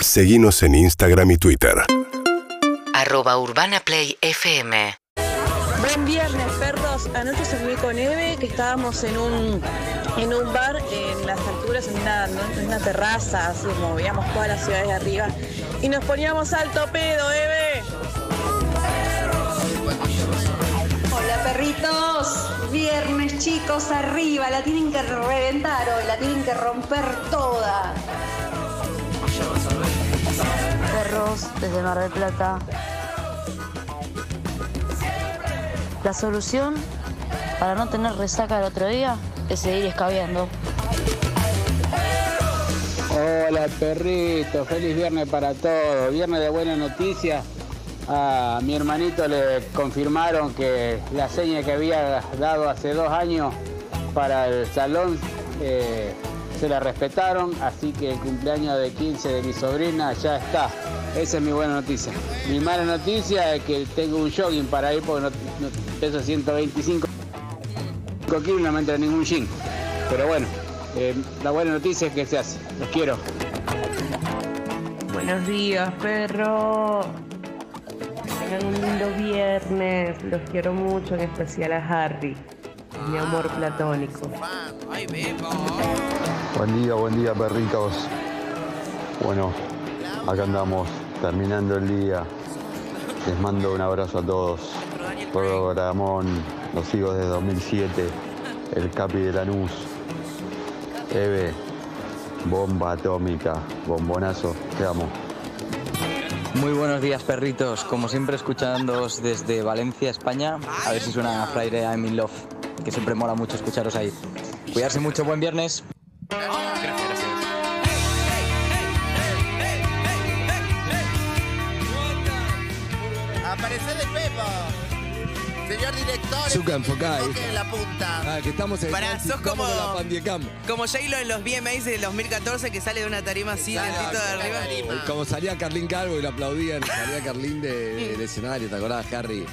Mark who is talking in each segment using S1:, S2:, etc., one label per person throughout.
S1: Seguimos en Instagram y Twitter.
S2: Arroba Urbana Play FM.
S3: Buen viernes, perros. Anoche subí con Eve que estábamos en un, en un bar en las alturas, en una, en una terraza, así como veíamos todas las ciudades de arriba. Y nos poníamos alto pedo, Eve.
S4: Hola perritos, viernes chicos arriba, la tienen que reventar hoy, la tienen que romper toda.
S5: Perros desde Mar del Plata. La solución para no tener resaca el otro día es seguir escabeando.
S6: Hola perrito, feliz viernes para todos. Viernes de buenas noticias. A mi hermanito le confirmaron que la seña que había dado hace dos años para el salón eh, se la respetaron, así que el cumpleaños de 15 de mi sobrina ya está. Esa es mi buena noticia. Mi mala noticia es que tengo un jogging para ir porque no, no- peso 125 kilos y no me entra ningún jean. Pero bueno, eh, la buena noticia es que se hace. Los quiero.
S7: Buenos días, perro. Tengan un lindo viernes. Los quiero mucho, en especial a Harry. Mi
S8: Ah.
S7: amor platónico.
S9: Buen día, buen día, perritos. Bueno, acá andamos, terminando el día. Les mando un abrazo a todos. Programón, los hijos de 2007, el Capi de Lanús, Eve, bomba atómica, bombonazo, te amo.
S10: Muy buenos días, perritos. Como siempre, escuchándoos desde Valencia, España. A ver si suena Friday I'm in Love, que siempre mola mucho escucharos ahí. Cuidarse mucho, buen viernes.
S11: Aparece de Pepo. Señor director,
S12: Zucca, enfocá,
S11: enfoque
S12: hija.
S11: en la punta.
S12: Ah, que estamos en
S8: Pará, sos
S12: estamos
S8: como-
S12: en la pandiecam.
S11: Ah.
S8: Como J-Lo en los BMAs del 2014 que sale de una tarima así, lentito de arriba.
S12: Como salía Carlín Calvo y lo aplaudían, salía Carlín de- del escenario, ¿te acordás, Harry?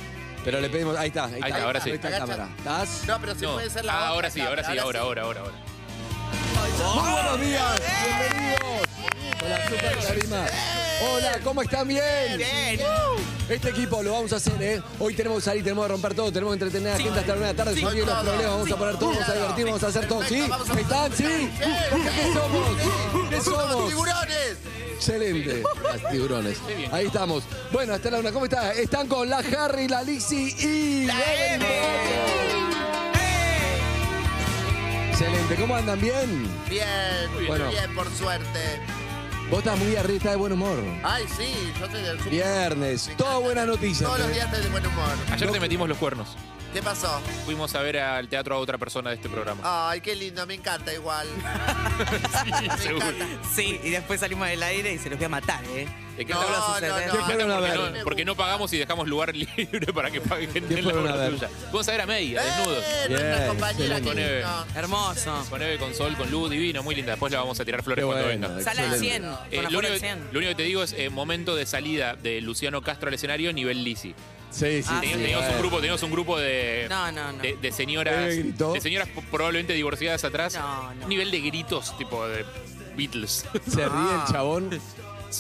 S12: Pero le pedimos, ahí está, ahí,
S13: Ahí está, ahora sí.
S12: Ahí está cámara. ¿Estás?
S11: No, pero si
S13: No.
S11: puede ser la
S13: Ah,
S11: otra
S13: ahora sí, ahora sí,
S11: cámara,
S13: ahora,
S11: sí.
S13: ahora, ahora, ahora.
S12: Muy buenos días,
S11: ¡Eh!
S12: bienvenidos. Hola, Super Tarima. Hola, ¿cómo están? Bien.
S11: Bien.
S12: Este equipo lo vamos a hacer, ¿eh? Hoy tenemos que salir, tenemos que romper todo, tenemos que entretener a la gente hasta la una de la tarde,
S11: Sí.
S12: salir de los
S11: Todo.
S12: problemas, vamos a poner todo, vamos a divertir, vamos a hacer todo, ¿sí?
S11: Perfecto, vamos a-
S12: ¿Están? ¿Sí? ¿Qué somos? ¿Qué
S11: Somos
S12: somos?
S11: tiburones.
S12: Excelente, las tiburones. Ahí estamos. Bueno, hasta la una, ¿cómo estás? Están con la Harry, la Lixi y... la Evelyn.
S13: ¡Eh!
S12: Excelente, ¿cómo andan? ¿Bien?
S11: Bien, muy
S12: Bueno.
S11: bien, por suerte.
S12: Vos estás muy arriba, estás de buen humor.
S11: Ay, sí, yo soy del sur.
S12: Viernes, todas buenas noticias.
S11: Todos los
S12: ¿eh?
S11: días estoy de buen humor.
S13: Ayer te metimos los cuernos.
S11: ¿Qué pasó?
S13: Fuimos a ver al teatro a otra persona de este programa.
S11: Ay, qué lindo, me encanta igual. me
S13: seguro.
S11: encanta.
S8: Sí, y después salimos del aire y se los voy a matar, ¿eh?
S13: ¿De qué
S11: No,
S13: te hablas?
S11: no,
S8: suceder.
S11: no.
S12: fueron a
S13: Porque
S12: ver?
S13: no, porque no pagamos y dejamos lugar libre para que pague gente
S12: ¿Qué
S13: en la
S12: fueron a
S13: obra
S12: ver?
S13: tuya. Vamos a ver a Media, desnudos.
S11: Eh, nuestra
S12: Bien,
S11: compañera
S13: excelente.
S11: que lindo.
S8: Hermoso.
S13: Con Eve, con Sol, con Lu, divino, muy linda. Después la vamos a tirar flores
S12: Qué
S13: cuando
S12: bueno,
S13: venga.
S8: Sala de
S12: excelente.
S8: 100. Con
S13: Eh,
S8: la
S13: lo,
S8: Fuera
S13: único,
S8: de 100.
S13: lo único que te digo es eh, momento de salida de Luciano Castro al escenario nivel Lisi.
S12: Sí, sí.
S8: Ah,
S13: Teníamos,
S12: sí,
S13: teníamos un
S12: bueno.
S13: grupo, teníamos un grupo de,
S8: No, no, no.
S13: de, de señoras,
S12: Eve Eh, gritó.
S13: de señoras probablemente divorciadas atrás.
S8: No, no.
S13: Nivel de gritos tipo de Beatles.
S12: Se ríe
S8: Ah.
S12: el chabón.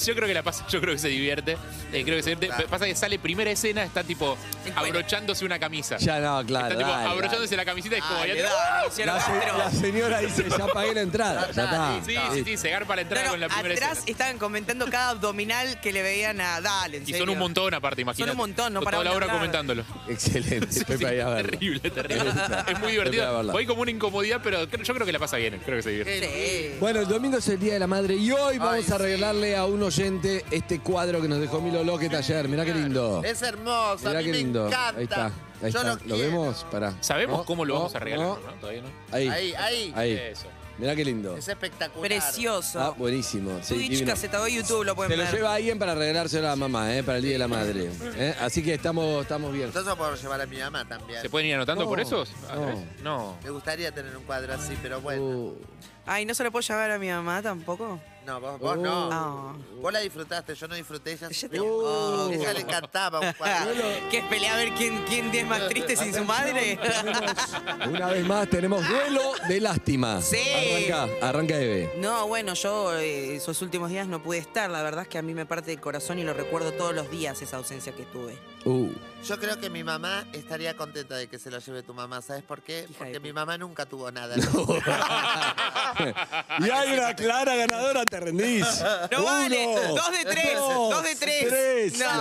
S13: Yo creo que la pasa, yo creo que se divierte. Eh, creo que se divierte.
S11: Claro.
S13: Pasa que sale primera escena, está tipo
S8: En cuero.
S13: abrochándose una camisa.
S12: Ya no, claro.
S13: está tipo
S12: dale,
S13: abrochándose la camisita y ¡ah! es como.
S8: Dale,
S13: ya te-
S8: dale, Luciano
S12: dale. La, se-
S8: Castro.
S12: la señora dice, ya pagué la entrada. Ya está.
S13: Sí, sí, sí, se garpa la
S8: No,
S13: entrada
S8: no,
S13: con la primera
S8: atrás
S13: escena.
S8: estaban comentando cada abdominal que le veían a Dale. en
S13: Y
S8: serio.
S13: son un montón aparte, imagínate.
S8: montón, no
S13: Toda
S8: paraban
S13: la
S8: de
S13: hora
S8: hablar.
S13: comentándolo.
S12: Excelente. Estoy para ir a verlo.
S13: Terrible, terrible.
S12: gusta.
S13: es muy
S12: Voy a
S13: divertido.
S12: verla.
S13: Fue como una incomodidad, pero creo- yo creo que la pasa bien. Creo que se divierte.
S8: Sí.
S12: Bueno, el domingo es el Día de la Madre y hoy vamos
S11: Ay,
S12: a regalarle a un oyente este cuadro que nos dejó Milo Loquet ayer. Mirá qué lindo.
S11: Es hermosa,
S12: Mirá
S11: a mí
S12: qué
S11: me
S12: lindo.
S11: encanta.
S12: Ahí está. Ahí
S11: Yo
S12: está.
S11: lo, quiero.
S12: vemos? Pará.
S13: Sabemos
S12: No,
S13: cómo lo
S12: no,
S13: vamos a regalar,
S12: no.
S13: ¿no? Todavía no.
S12: Ahí.
S11: Ahí, ahí.
S12: Ahí.
S13: Eso.
S12: Mirá qué lindo.
S11: Es espectacular.
S8: Precioso.
S12: Ah, buenísimo. Sí,
S8: Twitch,
S12: divino.
S8: Casetado, YouTube lo pueden
S12: Se lo
S8: ver.
S12: lleva alguien para regalárselo a la mamá, ¿eh? para el Día de la Madre. ¿eh? Así que estamos, estamos bien.
S11: Entonces puedo llevar a mi mamá también.
S13: ¿Se pueden ir anotando
S12: No,
S13: por esos?
S12: no.
S13: no.
S11: Me gustaría tener un cuadro así, pero bueno.
S12: Uh,
S8: Ay, ¿no se lo puedo llevar a mi mamá tampoco? Oh.
S2: No, vos, vos no. Vos la disfrutaste, yo no disfruté. Ella, sí. Oh, ella le encantaba. un cuadro.
S8: ¿Qué es pelea a ver quién, quién es más triste sin su madre?
S12: Una vez más tenemos duelo de lástima.
S8: Sí.
S12: Arranca, arranca Eve.
S8: No, bueno, yo eh, esos últimos días no pude estar. La verdad es que a mí me parte el corazón y lo recuerdo todos los días esa ausencia que tuve.
S12: Uh,
S2: Yo creo que mi mamá estaría contenta de que se lo lleve tu mamá. ¿Sabes por qué? Eh, Porque mi mamá nunca tuvo nada.
S12: Y hay una clara ganadora, te rendís.
S2: No
S12: Uno,
S2: vale, dos de tres,
S8: dos de tres.
S12: tres.
S8: No,
S12: La-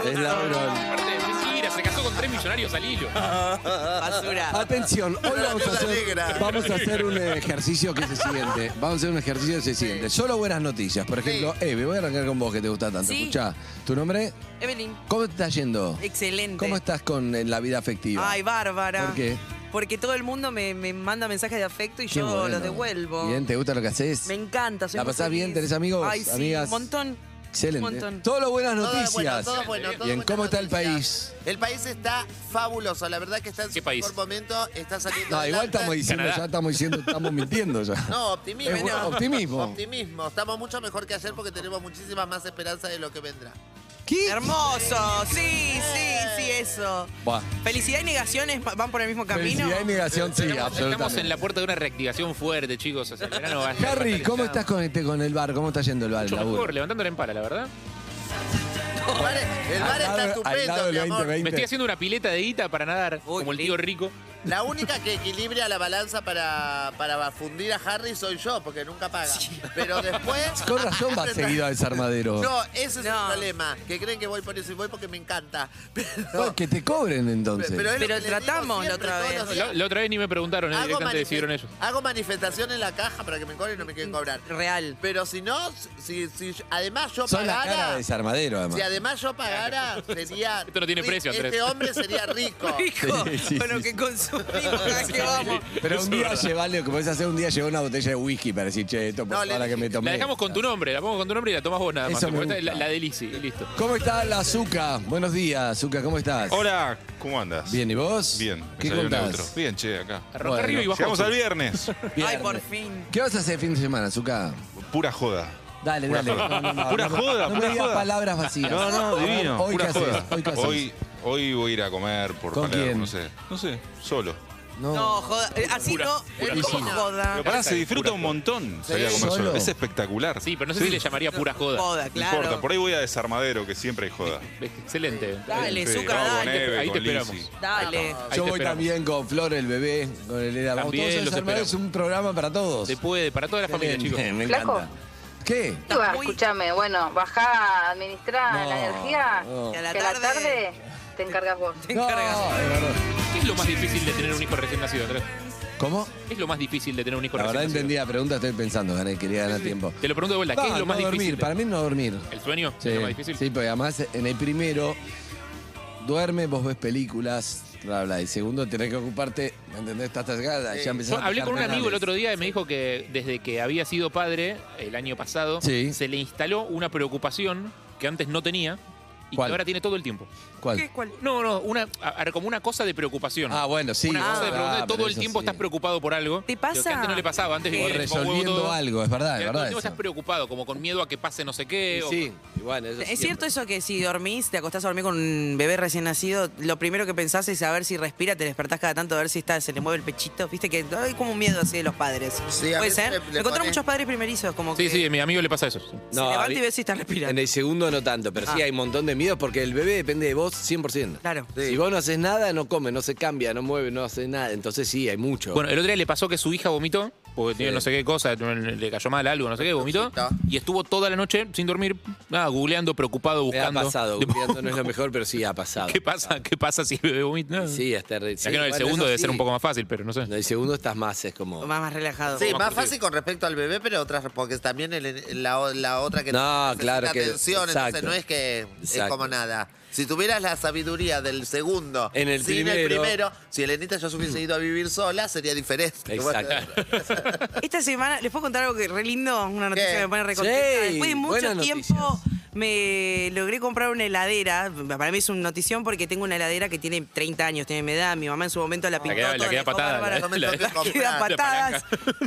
S8: no,
S12: es la broma.
S9: Aparte, mentira, se casó con tres millonarios al hilo.
S8: Basura.
S12: Atención, hoy vamos a, hacer, vamos a hacer un ejercicio que se siente. Vamos a hacer un ejercicio que se siente. Solo buenas noticias. Por ejemplo, Eve, voy a arrancar con vos que te gusta tanto.
S8: Sí.
S12: Escuchá, ¿tu nombre?
S8: Evelyn,
S12: ¿Cómo te está yendo?
S8: excelente.
S12: ¿Cómo estás con eh, la vida afectiva?
S8: Ay, Bárbara.
S12: ¿Por qué?
S8: Porque todo el mundo me, me manda mensajes de afecto y
S12: Qué
S8: yo
S12: bueno.
S8: los devuelvo.
S12: Bien, ¿te gusta lo que haces?
S8: Me encanta. soy
S12: ¿La
S8: muy
S12: pasás bien?
S8: feliz.
S12: ¿Tenés amigos,
S8: Ay, sí,
S12: amigas?
S8: un montón. Un
S12: Excelente.
S8: montón.
S12: Todo lo buenas
S2: Todo
S12: noticias.
S2: bueno, todo bueno, todo
S12: Bien,
S2: buenas
S12: ¿cómo está el país?
S2: El país está fabuloso. La verdad que está en su
S12: país?
S2: mejor momento. Está saliendo.
S12: No, igual
S2: adelante.
S12: estamos diciendo, ya estamos diciendo, estamos mintiendo ya.
S2: No, optimismo.
S12: Es bueno, optimismo.
S2: Optimismo. Estamos mucho mejor que ayer porque tenemos muchísima más esperanza de lo que vendrá.
S8: Hermoso. Sí, sí, sí, eso.
S12: Buah.
S8: Felicidad y negaciones pa- van por el mismo camino.
S12: Felicidad y negación, sí,
S9: Estamos
S12: absolutamente.
S9: en la puerta de una reactivación fuerte, chicos. O sea, el verano va a estar
S12: Harry, ¿cómo
S9: estar
S12: estás con, este, con el bar? ¿Cómo está yendo el bar? el
S9: mucho
S12: laburo?
S9: mejor, levantándole en pala, la verdad.
S2: El bar, el bar
S12: Al
S2: está
S12: lado- al lado
S2: estupendo,
S12: del
S2: mi amor.
S12: 2020.
S9: Me estoy haciendo una pileta de guita para nadar, como el tío rico.
S2: La única que equilibra la balanza para, para fundir a Harry soy yo, porque nunca paga. Pero después.
S12: Con razón vas seguido al desarmadero.
S2: No, ese es el problema. Que creen que voy por eso y voy porque me encanta. Pero,
S12: Oh, que te cobren entonces.
S2: pero es lo que les digo
S8: tratamos la
S2: siempre,
S8: otra
S2: todos
S8: vez.
S2: los días.
S9: La, la otra vez ni me preguntaron, eh,
S2: Hago
S9: directamente
S2: manife-
S9: decidieron ellos.
S2: Hago manifestación en la caja para que me cobren y no me quieren cobrar.
S8: Real.
S2: Pero si no, si, si- además yo
S12: Son la cara
S2: pagara.
S12: de desarmadero, además.
S2: si además yo pagara, sería.
S9: Esto no tiene precio, Andrés.
S2: Este hombre sería rico.
S8: Rico,
S12: Sí, sí,
S8: con lo que consumimos, cada vez que vamos.
S12: Pero un día llevarle, como podés hacer un día, llevar una botella de whisky para decir, che, esto por
S2: No, le
S12: la que me tomé.
S9: La dejamos con tu nombre, la pongo con tu nombre y la tomás vos nada más.
S12: Eso me
S9: Esta es la,
S12: gusta.
S9: la de Lizzy, y listo.
S12: ¿Cómo está la Zuka? Buenos días, Zuka, ¿cómo estás?
S9: Oh.
S14: Hola, ¿cómo andas?
S12: Bien, ¿y vos?
S14: Bien.
S12: ¿Qué
S14: salió
S12: contás?
S14: neutro. Bien, che, acá.
S9: Arranca arriba y baja
S14: Llegamos
S9: otro.
S14: al viernes.
S12: Viernes.
S8: fin.
S12: ¿Qué vas a hacer el fin de semana, Zuka?
S14: Pura joda.
S12: Dale,
S14: Pura
S12: dale.
S14: joda.
S12: No, no, no,
S14: pura
S12: no,
S14: joda,
S12: no
S14: pura
S12: me digas
S14: joda.
S12: palabras vacías.
S14: No, no,
S12: A ver,
S14: divino.
S12: Hoy
S14: pura
S12: qué
S14: joda.
S12: haces, hoy qué haces.
S14: hoy, hoy voy a ir a comer por
S12: ¿Con
S14: Palermo,
S12: quién?
S14: no sé. No sé, solo.
S8: No, joda. eh, Así no,
S14: pura
S8: ¿cómo
S14: joda.
S8: joda.
S14: Pero pará, se disfruta un montón salir a comer
S12: ¿Solo?
S14: solo. Es espectacular.
S9: Sí, pero no sé si le llamaría pura joda.
S8: Joda,
S14: No
S8: claro.
S14: importa, por ahí voy a Desarmadero, que siempre hay joda.
S9: Excelente.
S8: Dale,
S14: Sí,
S8: Zucca,
S14: vamos con
S8: dale.
S14: Eve,
S9: Ahí te
S14: con Lizzy.
S9: esperamos.
S8: Dale.
S9: Ahí
S12: Yo
S9: te
S12: voy
S9: esperamos.
S12: también con Flor, el bebé, con el
S9: También
S12: Vamos todos a
S9: los
S12: Desarmadero,
S9: esperamos.
S12: es un programa para todos.
S9: Se puede, para toda la familia, chicos.
S12: Excelente, Me
S4: Flaco.
S12: encanta. ¿Qué?
S4: Escúchame, bueno, bajá, administrá
S12: No,
S4: la energía.
S12: no.
S4: Que a la tarde te encargas vos.
S12: No, de verdad.
S9: ¿Qué es lo más difícil de tener un hijo recién nacido, Andrés?
S12: ¿Cómo?
S9: ¿Qué es lo más difícil de tener un hijo
S12: La verdad
S9: recién nacido?
S12: entendí la pregunta, estoy pensando, gané, quería ganar tiempo.
S9: Te lo pregunto de vuelta, ¿qué
S12: No,
S9: es lo más
S12: no dormir,
S9: difícil? de-
S12: para mí no dormir.
S9: ¿El sueño?
S12: Sí,
S9: ¿Es lo más difícil?
S12: sí, porque además en el primero duerme, vos ves películas, bla, bla. Y segundo, tenés que ocuparte, ¿me entendés? Estás tasgada, ya empezás
S9: Yo
S12: a
S9: hablé
S12: atacar
S9: con un amigo el
S12: canales.
S9: otro día y me dijo que desde que había sido padre el año pasado,
S12: Sí.
S9: se le instaló una preocupación que antes no tenía y
S12: ¿Cuál?
S9: que ahora tiene todo el tiempo.
S12: ¿Cuál?
S9: No, no, una, a- a- como una cosa de preocupación.
S12: Ah, bueno, sí.
S9: una cosa de
S12: ah,
S9: preocupación.
S12: pero
S9: Todo el
S12: eso
S9: tiempo
S12: sí.
S9: estás preocupado por algo. ¿Te
S8: pasa?
S9: Que antes no le pasaba. Antes
S12: O
S9: vivía tipo, a huevo
S12: resolviendo
S9: todo.
S12: algo, es
S9: Y
S12: verdad, es
S9: ahora todo el
S12: verdad.
S9: tiempo
S12: eso.
S9: estás preocupado, como con miedo a que pase no sé qué. o-
S12: Sí, igual, eso
S8: Es cierto eso que si dormís, te acostás a dormir con un bebé recién nacido, lo primero que pensás es a ver si respira, te despertás cada tanto a ver si está, se le mueve el pechito, viste que hay como un miedo así de los padres.
S6: Sí, a
S8: Puede
S6: veces
S8: ser.
S6: le
S8: Me encontré
S6: pone-
S8: muchos padres primerizos, como
S9: Sí,
S8: que
S9: sí, a mi amigo le pasa eso.
S8: se
S6: No, a
S8: levanta
S6: mí-
S8: y ve si está respirando.
S6: En el segundo no tanto, pero sí
S8: Ah.
S6: hay un montón de miedos porque el bebé depende de vos 100%.
S8: Claro.
S6: Si vos no haces nada, no come, no se cambia, no mueve, no hace nada. Entonces sí, hay mucho.
S9: Bueno, el otro día le pasó que su hija vomitó, porque tenía no sé qué cosa, le cayó mal algo, no sé qué, vomitó. Y estuvo toda la noche sin dormir, nada, googleando, preocupado,
S6: Me ha
S9: buscando.
S6: pasado,
S9: Tipo,
S6: googleando no es lo mejor, pero sí ha pasado. Ah.
S9: ¿Qué pasa? ¿Qué pasa si el bebé vomita?
S6: Sí, hasta re- sí,
S9: que no, el
S6: bueno,
S9: segundo
S6: eso
S9: debe ser
S6: sí.
S9: un poco más fácil, pero no sé.
S6: No, el segundo estás más, es como.
S8: Más, más relajado.
S2: Sí,
S8: Como
S2: más
S8: positivo.
S2: fácil con respecto al bebé, pero otras, porque también el- la, la otra que
S6: No,
S2: necesita
S6: claro que-
S2: atención, entonces
S6: exacto.
S2: no es que es
S6: Exacto.
S2: como nada. Si tuvieras la sabiduría del segundo
S6: En el
S2: sin el
S6: primero-
S2: primero, si Elenita yo se hubiese ido a vivir sola, sería diferente.
S6: Exacto.
S8: Esta semana, ¿les puedo contar algo que re lindo? Una noticia
S6: ¿Qué?
S8: que me pone recontenta.
S6: Sí,
S8: Después de mucho
S6: buenas
S8: tiempo me logré comprar una heladera. Para mí es una notición porque tengo una heladera que tiene 30 años, tiene mi edad. Mi mamá en su momento la pintó.
S9: queda- la
S8: toda,
S9: queda
S8: dijo,
S9: patada,
S8: "Bárbara,
S9: la-
S8: no me
S9: la-
S8: toques
S9: la-
S8: con
S9: la-
S8: queda
S9: la
S8: patadas.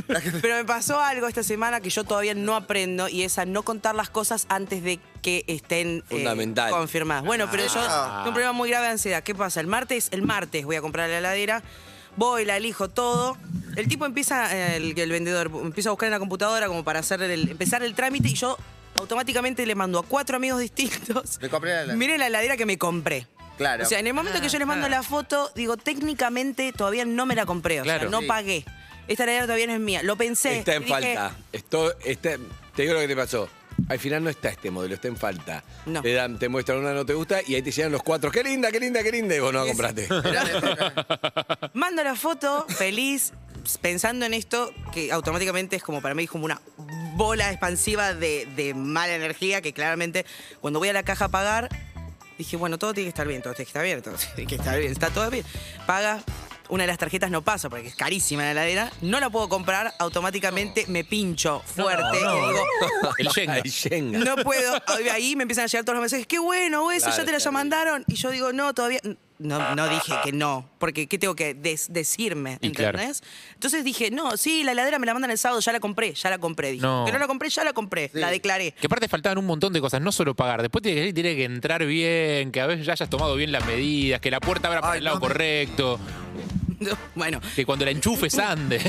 S8: Pero me pasó algo esta semana que yo todavía no aprendo y es a no contar las cosas antes de que estén eh,
S12: Fundamental.
S8: confirmadas. Bueno, pero yo
S12: Ah.
S8: tengo un problema muy grave de ansiedad. ¿Qué pasa? El martes, el martes voy a comprar la heladera, voy, la elijo todo. El tipo empieza, eh, el, el vendedor, empieza a buscar en la computadora como para hacer el, empezar el trámite y yo automáticamente le mando a cuatro amigos distintos.
S2: Me compré la-
S8: Miren la heladera que me compré.
S2: Claro.
S8: O sea, en el momento que yo les mando la foto, digo, técnicamente todavía no me la compré, o
S12: Claro.
S8: sea, no
S12: Sí.
S8: pagué. Esta heladera todavía no es mía. Lo pensé.
S12: Está en
S8: y dije,
S12: falta. Esto,
S6: este,
S12: está- te digo lo que te pasó. Al final no está este modelo, está en falta.
S8: No.
S12: Te, dan, te muestran una, no te gusta y ahí te llegan los cuatro. ¡Qué linda, qué linda, qué linda! Y vos no la compraste.
S8: Mando la foto, feliz, pensando en esto, que automáticamente es como para mí es como una bola expansiva de, de mala energía, que claramente cuando voy a la caja a pagar, dije, bueno, todo tiene que estar bien, todo tiene que estar bien, todo tiene que estar bien, está todo bien. Paga, una de las tarjetas no pasa porque es carísima la heladera, no la puedo comprar, automáticamente me pincho fuerte y digo,
S9: El Shenga.
S8: no puedo. Ahí me empiezan a llegar todos los mensajes. Qué bueno, eso
S9: Claro,
S8: ya te la
S9: está
S8: mandaron. Y yo digo, no, todavía. No, no dije que no, porque ¿qué tengo que des- decirme?
S9: Y claro.
S8: ¿Entendés? Entonces dije, no, sí, la heladera me la mandan el sábado, ya la compré, ya la compré. Dije,
S9: No.
S8: que no la compré, ya la compré, la declaré.
S9: Que aparte faltaban un montón de cosas, no solo pagar. Después tiene que, tiene que entrar bien, que a veces ya hayas tomado bien las medidas, que la puerta abra para el lado correcto,
S8: No, bueno,
S9: que cuando la enchufes ande.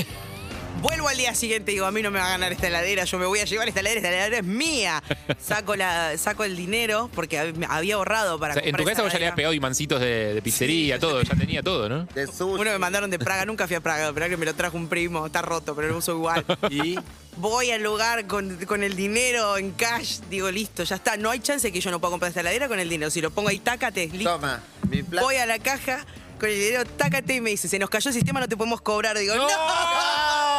S8: vuelvo al día siguiente y digo, a mí no me va a ganar esta heladera, yo me voy a llevar esta heladera, esta heladera es mía. Saco, la, saco el dinero porque hab- había ahorrado para
S9: O sea, en
S8: comprar
S9: tu
S8: esa
S9: casa vos ya le
S8: heladera.
S9: has pegado imancitos de, de pizzería, todo, ya tenía todo, ¿no?
S8: Uno me mandaron de Praga, nunca fui a Praga, pero que me lo trajo un primo, está roto, pero lo uso igual.
S12: ¿Y?
S8: Voy al lugar con, con el dinero en cash, digo, listo, ya está. No hay chance que yo no pueda comprar esta heladera con el dinero. Si lo pongo ahí, tácate, listo.
S2: Toma, mi plan.
S8: Voy a la caja con el dinero, tácate, y me dice, se nos cayó el sistema, no te podemos cobrar. Digo, no.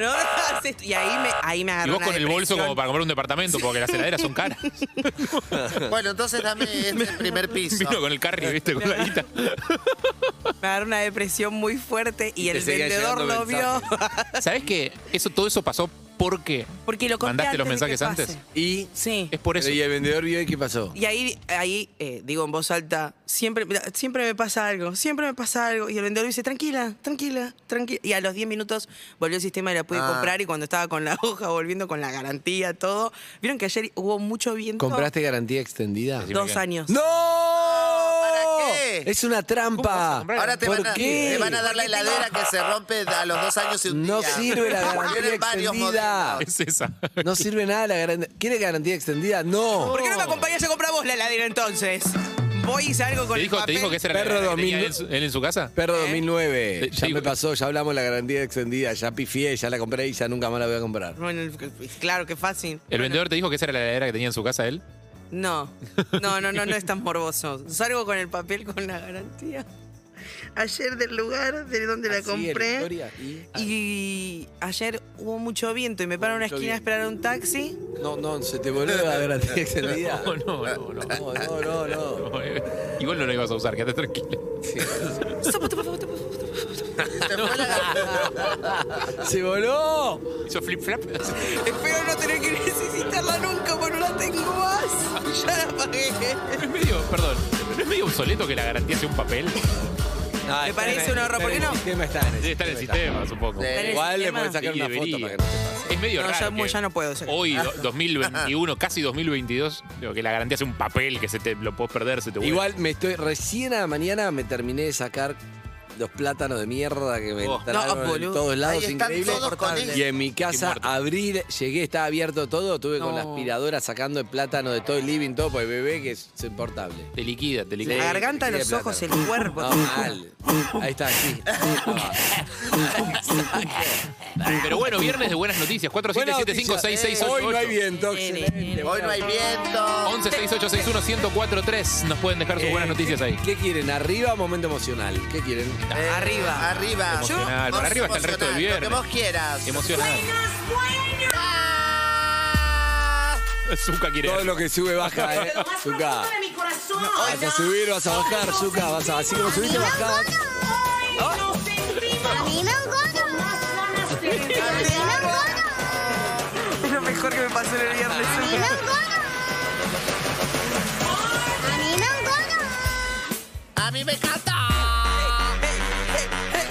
S8: No hagas esto. Y ahí me, ahí me
S9: Y
S8: agarró
S9: vos
S8: una
S9: con el bolso
S8: depresión.
S9: como para comprar un departamento, porque las heladeras son caras.
S2: Bueno, entonces dame este primer piso.
S9: Vino con el carry, viste, con la guita.
S8: Me agarró una depresión muy fuerte y,
S9: Y te
S8: el
S9: seguían
S8: vendedor
S9: llegando
S8: lo vio.
S9: mensajes. ¿Sabés que eso, todo eso pasó porque
S8: Porque lo conté
S9: mandaste los
S8: antes de que
S9: mensajes antes?
S8: pase.
S12: Y
S8: sí.
S9: es por eso.
S12: Y el vendedor vio y qué pasó.
S8: Y ahí, ahí eh, digo en voz alta, siempre, mira, siempre me pasa algo, siempre me pasa algo. Y el vendedor dice, tranquila, tranquila, tranquila. Y a los 10 minutos volvió el sistema y la pude
S12: Ah.
S8: comprar. Y cuando estaba con la hoja, volviendo con la garantía, todo. Vieron que ayer hubo mucho viento.
S12: ¿Compraste garantía extendida?
S8: Dos años.
S12: ¡No! ¿Para qué? Es una trampa.
S2: Ahora te
S12: ¿Por
S2: van, a,
S12: qué?
S2: te van a dar la heladera que se rompe a los dos años y un
S12: No
S2: día.
S12: sirve la garantía
S2: Vienen varios modelos.
S12: extendida.
S9: Es esa.
S12: No sirve nada la garantía. ¿Quiere garantía extendida? No.
S8: ¿Por qué no me acompañas a comprar vos la heladera entonces? Voy y salgo con
S9: ¿Te dijo,
S8: el
S9: ¿Te
S8: papel.
S9: dijo que ese era el
S12: Perro
S9: que tenía ¿Eh?
S12: 2000.
S9: él, en su- él en su casa?
S12: Perro 2009.
S9: Te-
S12: Ya
S9: te
S12: me pasó, ya hablamos de la garantía extendida. Ya pifié, ya la compré y ya nunca más la voy a comprar.
S8: Bueno, claro, qué fácil.
S9: ¿El vendedor te dijo que esa era la heladera que tenía en su casa él?
S8: No, no, no, no, no es tan morboso. Salgo con el papel con la garantía. Ayer del lugar de donde la
S12: Así es la
S8: compré.
S12: historia, y-
S8: Y ayer hubo mucho viento y me paro en una
S12: mucho
S8: esquina a esperar un taxi.
S12: No, no, se te volvió la garantía extendida.
S9: No, no, no, no.
S12: No, no, no.
S9: No, eh, Igual no lo ibas a usar, quédate tranquilo.
S12: ¡Se voló!
S9: Hizo flip flap.
S8: Espero no tener que necesitarla nunca porque no la tengo más. Ya la pagué.
S9: Es medio, perdón, ¿no es medio obsoleto que la garantía sea un papel?
S12: Me
S8: parece un horror, ¿por qué no?
S12: El sistema está en el
S9: Debe estar en el sistema, supongo.
S8: Está en el Igual le sistema. podés sacar
S9: Y
S8: una foto para
S9: debería.
S8: que
S9: Es medio
S8: No,
S9: raro.
S8: ya-
S9: que
S8: ya no puedo sacar. Ah.
S9: Hoy, do- 2021, casi 2022, digo, que la garantía sea un papel que se te lo podés perder, se te vuelve.
S12: Igual me estoy. Recién a la mañana me terminé de sacar los plátanos de mierda que me
S9: Oh.
S12: entraron
S9: No,
S12: en
S9: boludo.
S12: todos lados,
S2: Ahí están
S12: increíble.
S2: todos con él.
S12: y en mi casa abrí, llegué, estaba abierto todo, estuve
S2: No.
S12: con la aspiradora sacando el plátano de todo el living, todo por el bebé que es inportable.
S9: Te liquida, te liquida.
S8: La garganta, los ojos, el cuerpo.
S12: No, mal. Ahí está, sí.
S9: Pero bueno, viernes de buenas noticias. 47756688.
S12: Hoy no hay viento. excelente.
S2: Hoy no hay viento.
S9: 11 6861 1043 Nos pueden dejar sus buenas noticias ahí.
S12: Eh, ¿Qué quieren? ¿Arriba o momento emocional? ¿Qué quieren?
S2: Eh,
S8: Arriba.
S2: Arriba.
S9: Emocional.
S2: Yo-
S9: Por arriba está el resto del
S2: emocional,
S9: viernes.
S2: Lo que vos quieras.
S9: Emocional. Zuka quiere.
S12: Todo lo que sube baja, ¿eh? Zuka.
S4: mi corazón.
S12: Vas a subir, vas a bajar, Zuka. Vas a, así como subiste, bajás.
S8: Es lo mejor que me pasó en el viernes.
S2: me encanta.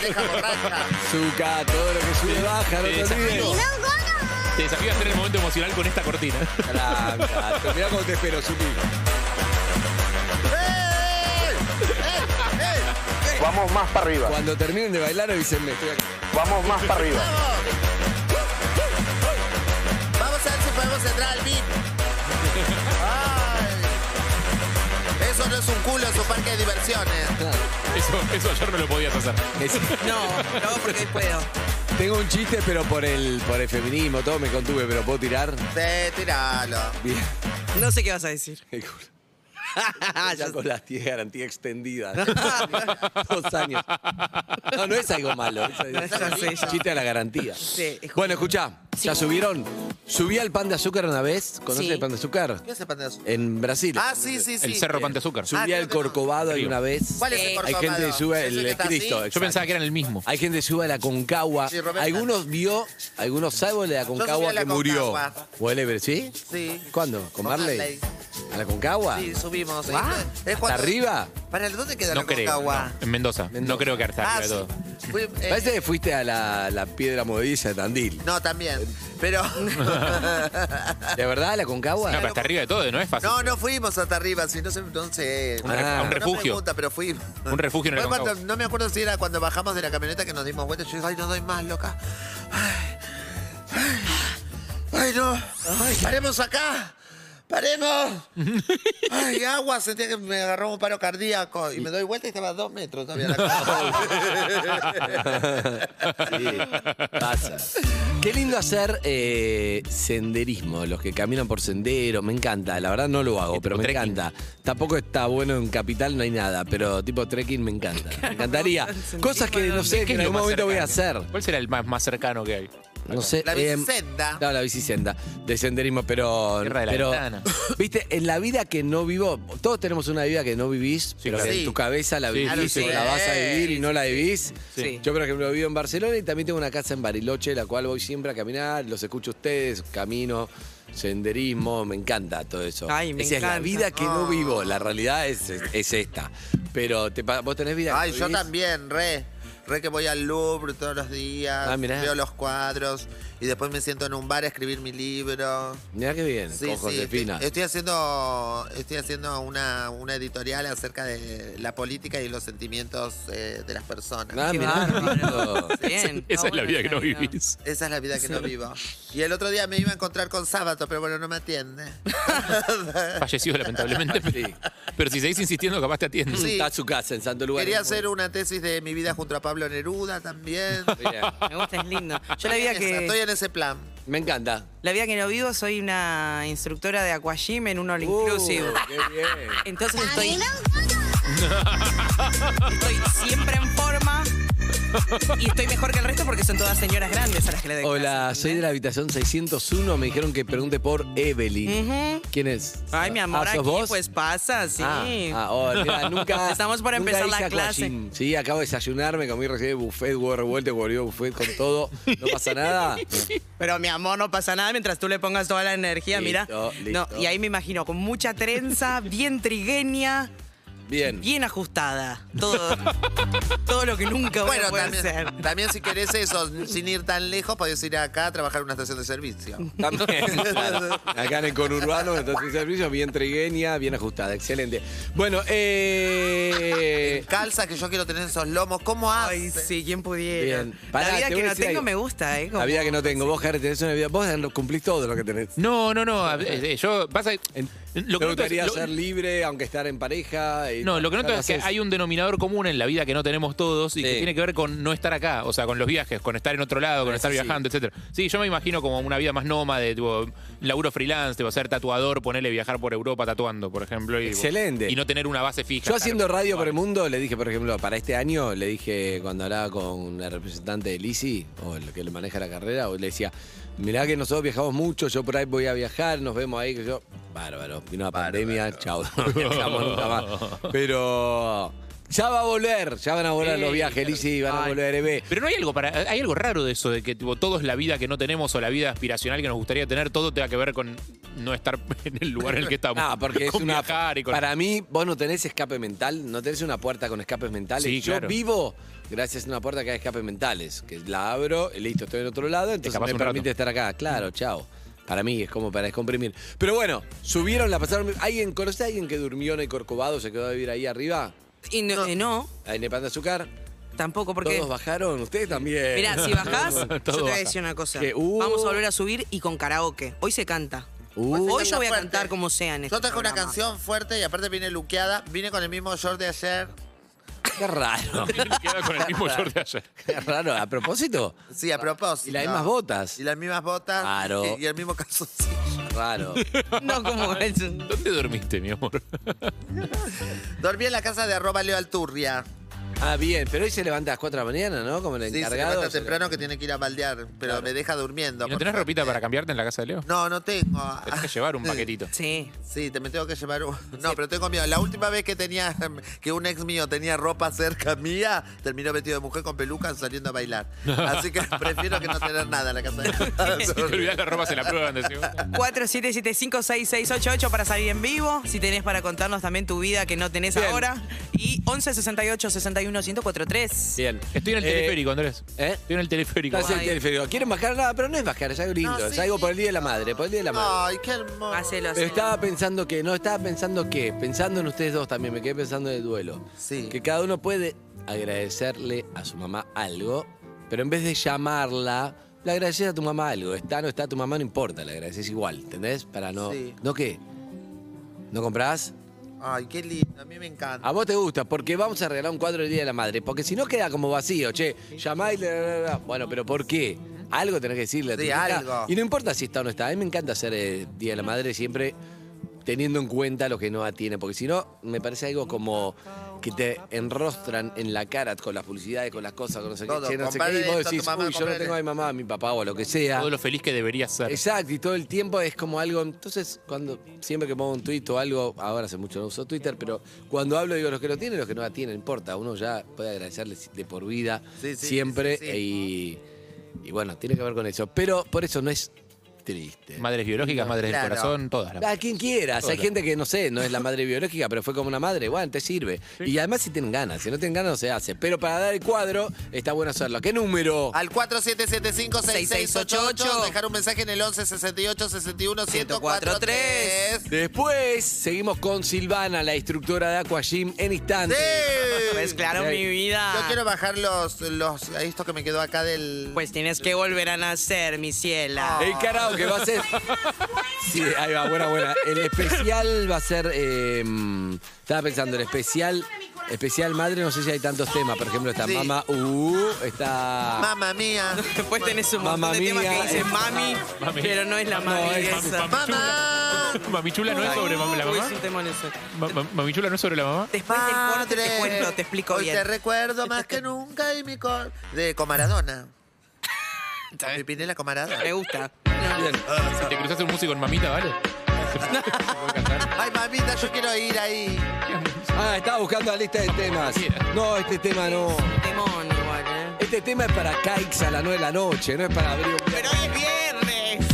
S2: Deja borracha.
S12: Zuka, todo lo que sube baja, no
S9: Te
S12: te olvides.
S9: desafío. Te desafío a hacer el momento emocional con esta cortina.
S12: Tranca, mirá cómo te espero, Zuki. Vamos más para arriba. Cuando terminen de bailar, avísenme. Vamos más para arriba.
S2: Vamos a ver si podemos entrar al VIP. Ay. Eso no es un culo, es un parque de diversiones.
S9: Eso, eso ayer no lo podías hacer.
S2: No, no, porque hoy puedo.
S12: Tengo un chiste, pero por el, por el feminismo, todo me contuve, pero ¿puedo tirar?
S2: Sí, tiralo.
S12: Bien.
S8: No sé qué vas a decir.
S12: ya con las 10 garantía extendida. Dos años. No, no es algo malo. Es, es un chiste a la garantía.
S8: Sí, es
S12: Bueno, escuchá, ya subieron. Subí al pan de azúcar una vez. ¿Conoces
S2: Sí.
S12: el pan de azúcar?
S2: ¿Qué es el pan de azúcar?
S12: En Brasil.
S2: Ah, sí, sí, sí.
S9: El cerro pan de azúcar.
S2: Ah,
S12: Subí
S2: creo
S12: al
S2: que no.
S12: Corcovado
S9: Río.
S12: una vez.
S2: ¿Cuál es el
S12: Hay
S2: Corcovado?
S12: gente que sube
S2: ¿Es el
S12: el,
S2: que está así?
S12: Cristo.
S2: Yo
S9: pensaba que eran el mismo.
S12: Hay gente que sube a la Concagua.
S2: Sí, Roberta.
S12: algunos vio, algunos salvo de la
S2: subí a
S12: Concagua
S2: la
S12: que murió.
S2: Aconcagua.
S12: ¿Huele, pero sí?
S2: Sí.
S12: ¿Cuándo? ¿Con Marley?
S2: Marley.
S12: ¿A la Concagua?
S2: Sí, subimos.
S12: Ah,
S2: Es
S12: ¿Hasta arriba?
S2: ¿Para dónde queda
S9: No
S2: la
S9: creo.
S2: Concagua?
S9: no. En Mendoza. No creo que hasta
S2: Ah,
S9: arriba de todo.
S2: sí. Fui, eh,
S12: Parece que fuiste a la, la piedra movediza de Tandil.
S2: No, también. Pero.
S12: ¿De verdad, la Concagua?
S9: No, pero hasta arriba de todo, no es fácil.
S2: No, no fuimos hasta arriba, si no sé, no sé.
S9: Un re- a un
S2: No me
S9: refugio.
S2: pregunta, pero fuimos.
S9: Un refugio en el
S2: Fue cuando-
S9: Aconcagua.
S2: No me acuerdo si era cuando bajamos de la camioneta que nos dimos vuelta. Yo digo, ay, no doy más, loca. Ay, ay, ay, no. Paremos acá. ¡Paremos! ¡Ay, agua! Sentía que me agarró un paro cardíaco. Y me doy vuelta y estaba a dos metros todavía la cosa.
S12: Sí, pasa. Qué lindo hacer eh, senderismo, los que caminan por sendero, me encanta, la verdad no lo hago, pero me encanta. Tampoco está bueno en Capital, no hay nada, pero tipo trekking me encanta, me encantaría. Cosas que no sé,
S9: ¿Qué
S12: que
S9: es
S12: en
S9: lo
S12: algún
S9: más
S12: momento voy a hacer.
S9: cercano? ¿Cuál será el más, más cercano que hay?
S12: No sé.
S2: La
S12: eh,
S2: bicicenda.
S12: no, la bicisenda. De senderismo, pero.
S9: Tierra de la
S12: pero,
S9: ventana.
S12: Viste, en la vida que no vivo, todos tenemos una vida que no vivís, pero
S9: claro.
S12: que
S9: Sí.
S12: en tu cabeza la
S9: Sí,
S12: vivís,
S9: sí,
S12: o
S9: sí.
S12: la vas a vivir y
S2: Sí,
S12: no la vivís.
S9: Sí.
S12: Yo, por ejemplo, vivo en Barcelona y también tengo una casa en Bariloche, la cual voy siempre a caminar, los escucho a ustedes, camino. Senderismo, me encanta todo eso.
S8: Ay, me
S12: Esa es la
S8: encanta.
S12: vida que
S2: Oh.
S12: no vivo, la realidad es, es- es esta. Pero te pa- vos tenés vida. que
S2: Ay,
S12: no
S2: yo
S12: vivís?
S2: también, re. Re que voy al Louvre todos los días,
S12: Ah, mirá.
S2: veo los cuadros y después me siento en un bar a escribir mi libro.
S12: Mirá que bien,
S2: Sí,
S12: con
S2: sí,
S12: Josefina.
S2: estoy, estoy haciendo, estoy haciendo una, una editorial acerca de la política y los sentimientos eh, de las personas.
S12: Ah,
S8: Qué
S12: mirá,
S8: bárbaro.
S12: lindo.
S8: Bien. Ah,
S9: Esa es la
S8: bueno,
S9: vida que no
S8: está bien.
S9: vivís.
S2: Esa es la vida que
S8: Sí.
S2: no vivo. Y el otro día me iba a encontrar con Sábato, pero bueno, no me atiende.
S9: Fallecido lamentablemente. pero, pero si seguís insistiendo, capaz te atienden.
S2: Sí.
S12: Está su casa en Santo Lugar.
S2: Quería hacer una tesis de mi vida junto a Pablo Neruda también.
S8: Me gusta, es lindo. Yo la
S2: Estoy
S8: vida
S2: en esa, Estoy
S8: que,
S2: en ese plan.
S12: Me encanta.
S8: la vida que no vivo, soy una instructora de aquagym en un all
S12: Uh,
S8: inclusive.
S12: qué bien.
S8: Entonces
S2: Ah,
S8: estoy. Estoy siempre en forma y estoy mejor que el resto porque son todas señoras grandes a las que le doy.
S12: Hola, soy de la habitación 601. Me dijeron que pregunte por Evelyn.
S8: Ujú.
S12: ¿Quién es?
S8: Ay, mi amor,
S12: Ah,
S8: aquí
S12: ¿sos vos?
S8: pues pasa, sí.
S12: Ah, ah, oh, mira, nunca.
S8: Estamos por
S12: nunca
S8: empezar
S12: hice
S8: la clase.
S12: aquagym. Sí, acabo de desayunarme, comí recién de buffet, huevo revuelto, volvió buffet con todo. No pasa nada.
S8: Pero mi amor, no pasa nada mientras tú le pongas toda la energía, mira.
S12: Listo, listo.
S8: No, y ahí me imagino con mucha trenza, bien trigueña,
S12: Bien.
S8: bien ajustada. Todo, todo lo que nunca voy
S2: Bueno,
S8: a poder
S2: también,
S8: hacer.
S2: también si querés eso, sin ir tan lejos, podés ir acá a trabajar en una estación de servicio.
S12: También, claro. Acá en el conurbano, entonces servicio bien trigueña, bien ajustada, excelente. Bueno, eh.
S2: Calza que yo quiero tener esos lomos. ¿Cómo haces?
S8: Ay, sí, quien pudiera.
S12: Bien. Pará,
S8: la vida
S12: te
S8: que
S12: voy a
S8: no
S12: decir
S8: tengo
S12: algo.
S8: me gusta, ¿eh?
S12: La vida que no tengo. Vos, Jared, tenés una vida. Vos eh, cumplís todo lo que tenés.
S9: No, no, no. a- eh, eh, Yo pasa.
S12: En-
S9: Lo que
S12: Me
S9: noto es-
S12: gustaría
S9: lo-
S12: ser libre, aunque estar en pareja. y-
S9: No, lo que noto
S12: Ahora
S9: es que
S12: haces-
S9: hay un denominador común en la vida que no tenemos todos y que
S12: Sí.
S9: tiene que ver con no estar acá, o sea, con los viajes, con estar en otro lado, con
S12: Ah,
S9: estar
S12: sí, sí.
S9: viajando, etcétera. Sí, yo me imagino como una vida más nómade, tipo, laburo freelance, tipo, ser tatuador, ponerle viajar por Europa tatuando, por ejemplo. Y,
S12: Excelente.
S9: Y no tener una base fija.
S12: Yo haciendo radio por el mundo, le dije, por ejemplo, para este año, le dije cuando hablaba con la representante de Lisi, o el que le maneja la carrera, o le decía, mirá que nosotros viajamos mucho, yo por ahí voy a viajar, nos vemos ahí, que yo, bárbaro, vino la pandemia, chao, no viajamos nunca más. Pero Ya va a volver, ya van a volver
S9: Sí,
S12: los viajes, Lizzy, van a
S9: Ay.
S12: volver, eh, Eve.
S9: Pero no hay algo para, hay algo raro de eso, de que tipo, todo es la vida que no tenemos o la vida aspiracional que nos gustaría tener, todo tenga que ver con no estar en el lugar en el que estamos.
S12: Ah, porque es
S9: Con
S12: una.
S9: viajar y con-
S12: Para mí, vos no tenés escape mental, no tenés una puerta con escapes mentales.
S9: Sí,
S12: Yo
S9: claro.
S12: vivo gracias a una puerta que hay escapes mentales, que la abro, y listo, estoy en otro lado, entonces
S9: escapás
S12: me
S9: un rato.
S12: permite estar acá. Claro, chao. Para mí es como para descomprimir. Pero bueno, subieron, la pasaron. ¿Alguien conoce a alguien que durmió en el Corcovado, se quedó a vivir ahí arriba?
S8: Y no. eh, no.
S12: ¿En el pan de azúcar?
S8: Tampoco, porque-
S12: Todos bajaron, ustedes también.
S8: Mirá, si bajás, yo te voy a decir una cosa.
S12: Que, uh,
S8: Vamos a volver a subir y con karaoke. Hoy se canta.
S12: uh,
S8: Hoy yo voy a cantar como este sean.
S2: Yo traje una canción fuerte y aparte vine luqueada. Vine con el mismo short de ayer.
S12: Qué raro.
S9: Queda con el mismo short de ayer.
S12: Qué raro, a propósito.
S2: Sí, a propósito.
S12: Y las mismas botas.
S2: Y las mismas botas.
S12: Claro.
S2: Y, y el mismo calzoncillo.
S12: Raro.
S8: No como eso.
S9: ¿Dónde dormiste, mi amor?
S2: Dormí en la casa de arroba Leo Alturria.
S12: Ah, bien, pero hoy se levanta a las 4 de la mañana, ¿no? Como el
S2: Sí, se
S12: encargado.
S2: levanta temprano que tiene que ir a baldear, pero me deja durmiendo.
S9: ¿Y no
S2: por
S9: tenés
S2: favor.
S9: ropita para cambiarte en la casa de Leo?
S2: No, no tengo.
S9: Te tenés que llevar un paquetito.
S8: Sí.
S2: Sí, te me tengo que llevar un... No, pero tengo miedo. La última vez que tenía que un ex mío tenía ropa cerca mía, terminó vestido de mujer con peluca saliendo a bailar. Así que prefiero que no tener nada en la casa de
S9: Si te olvidás la ropa, se la prueban, decimos.
S8: 47756688 para salir en vivo. Si tenés para contarnos también tu vida que no tenés ahora. Y 1168-61-1043.
S12: Bien.
S9: Estoy en el
S12: Eh,
S9: teleférico, Andrés. Estoy en el teleférico.
S12: Estás en el teleférico. Quieren bajar nada, pero no es bajar, es algo lindo.
S2: No,
S12: es
S2: sí,
S12: algo por el Día de la Madre, por el Día de la Madre.
S2: Ay, qué hermoso.
S8: Hacelo,
S12: Pero
S8: hacelo.
S12: estaba pensando que, no, estaba pensando que, pensando en ustedes dos también, me quedé pensando en el duelo.
S2: Sí.
S12: Que cada uno puede agradecerle a su mamá algo, pero en vez de llamarla, le agradeces a tu mamá algo. Está o no está tu mamá, no importa, le agradeces igual, ¿entendés? Para no.
S2: Sí.
S12: ¿No qué? ¿No comprás?
S2: Ay, qué lindo. A mí me encanta.
S12: A vos te gusta, porque vamos a regalar un cuadro del Día de la Madre. Porque si no queda como vacío, che, llamá y... la, la, la, la. Bueno, pero ¿por qué? Algo tenés que decirle. a tu
S2: Sí,
S12: hija.
S2: algo.
S12: Y no importa si está o no está. A mí me encanta hacer el Día de la Madre siempre teniendo en cuenta lo que no tiene. Porque si no, me parece algo como que te enrostran en la cara con las publicidades, con las cosas, con no sé qué.
S2: Todo,
S12: che, no sé qué.
S2: comprale
S12: Y vos
S2: esto a tu
S12: decís,
S2: mamá,
S12: uy, yo no
S2: comprale.
S12: tengo a mi mamá, a mi papá o a lo que sea.
S9: Todo lo feliz que deberías ser.
S12: Exacto, y todo el tiempo es como algo. Entonces, cuando siempre que pongo un tuit o algo, ahora hace mucho no uso Twitter, pero cuando hablo digo los que lo tienen, los que no la tienen, no importa. Uno ya puede agradecerles de por vida
S2: Sí, sí,
S12: siempre.
S2: sí, sí,
S12: Y, y bueno, tiene que ver con eso. Pero por eso no es triste.
S9: Ah, Madres biológicas, madres
S12: Claro.
S9: del corazón, todas las.
S12: A quien quieras, hay gente que no sé, no es la madre biológica, pero fue como una madre, bueno, te sirve. Y además si tienen ganas, si no tienen ganas no se hace. Pero para dar el cuadro, está bueno hacerlo. ¿Qué número?
S2: Al 4775-6688, dejar un mensaje en el 1168-61-1043.
S12: Después seguimos con Silvana, la instructora de Aqua Gym, en instantes.
S8: Pues claro,
S12: Sí.
S8: mi vida.
S2: Yo quiero bajar los, los, esto que me quedó acá del...
S8: Pues tienes que volver a nacer, mi
S2: Ah.
S8: ciela.
S12: El karaoke va a ser. Sí, ahí va, buena, buena. El especial va a ser. eh, estaba pensando, el especial. Especial madre, no sé si hay tantos temas. Por ejemplo, está
S2: Sí.
S12: Mama Uh, está.
S2: Mamma mía.
S8: Después tenés Pues un montón
S12: Mamma
S8: de temas
S12: mía,
S8: que dicen
S12: eh.
S8: mami,
S9: Mami.
S8: pero no es la mami
S9: No, es
S8: esa.
S9: mami, mami.
S2: Mamá.
S9: Mamichula no es sobre mam- la
S8: Uy,
S9: mamá.
S8: es un temón ese.
S9: Ma- ma- Mamichula no es sobre la mamá.
S8: Después del corte te cuento, te explico
S2: Hoy
S8: bien.
S2: te recuerdo más que nunca y mi cor... De Comaradona. Mi Pinela Comaradona.
S8: Me gusta.
S9: Si te cruzaste un músico con mamita, ¿vale?
S2: Ay, mamita, yo quiero ir ahí.
S12: Ah, estaba buscando la lista de temas. No, este tema no.
S8: Temón igual, ¿eh?
S12: Este tema es para Caix a las 9 de la noche, no es para abrir un.
S8: Pero hoy es viernes.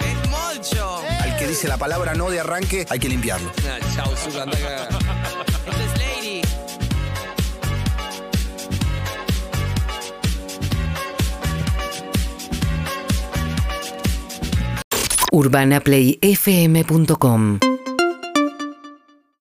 S8: Es mocho.
S2: Eh.
S15: Al que dice la palabra no de arranque, hay que limpiarlo.
S12: Nah, chau, Zuka, andá a cagar.
S8: Esto es Lady.
S16: UrbanaPlayFM.com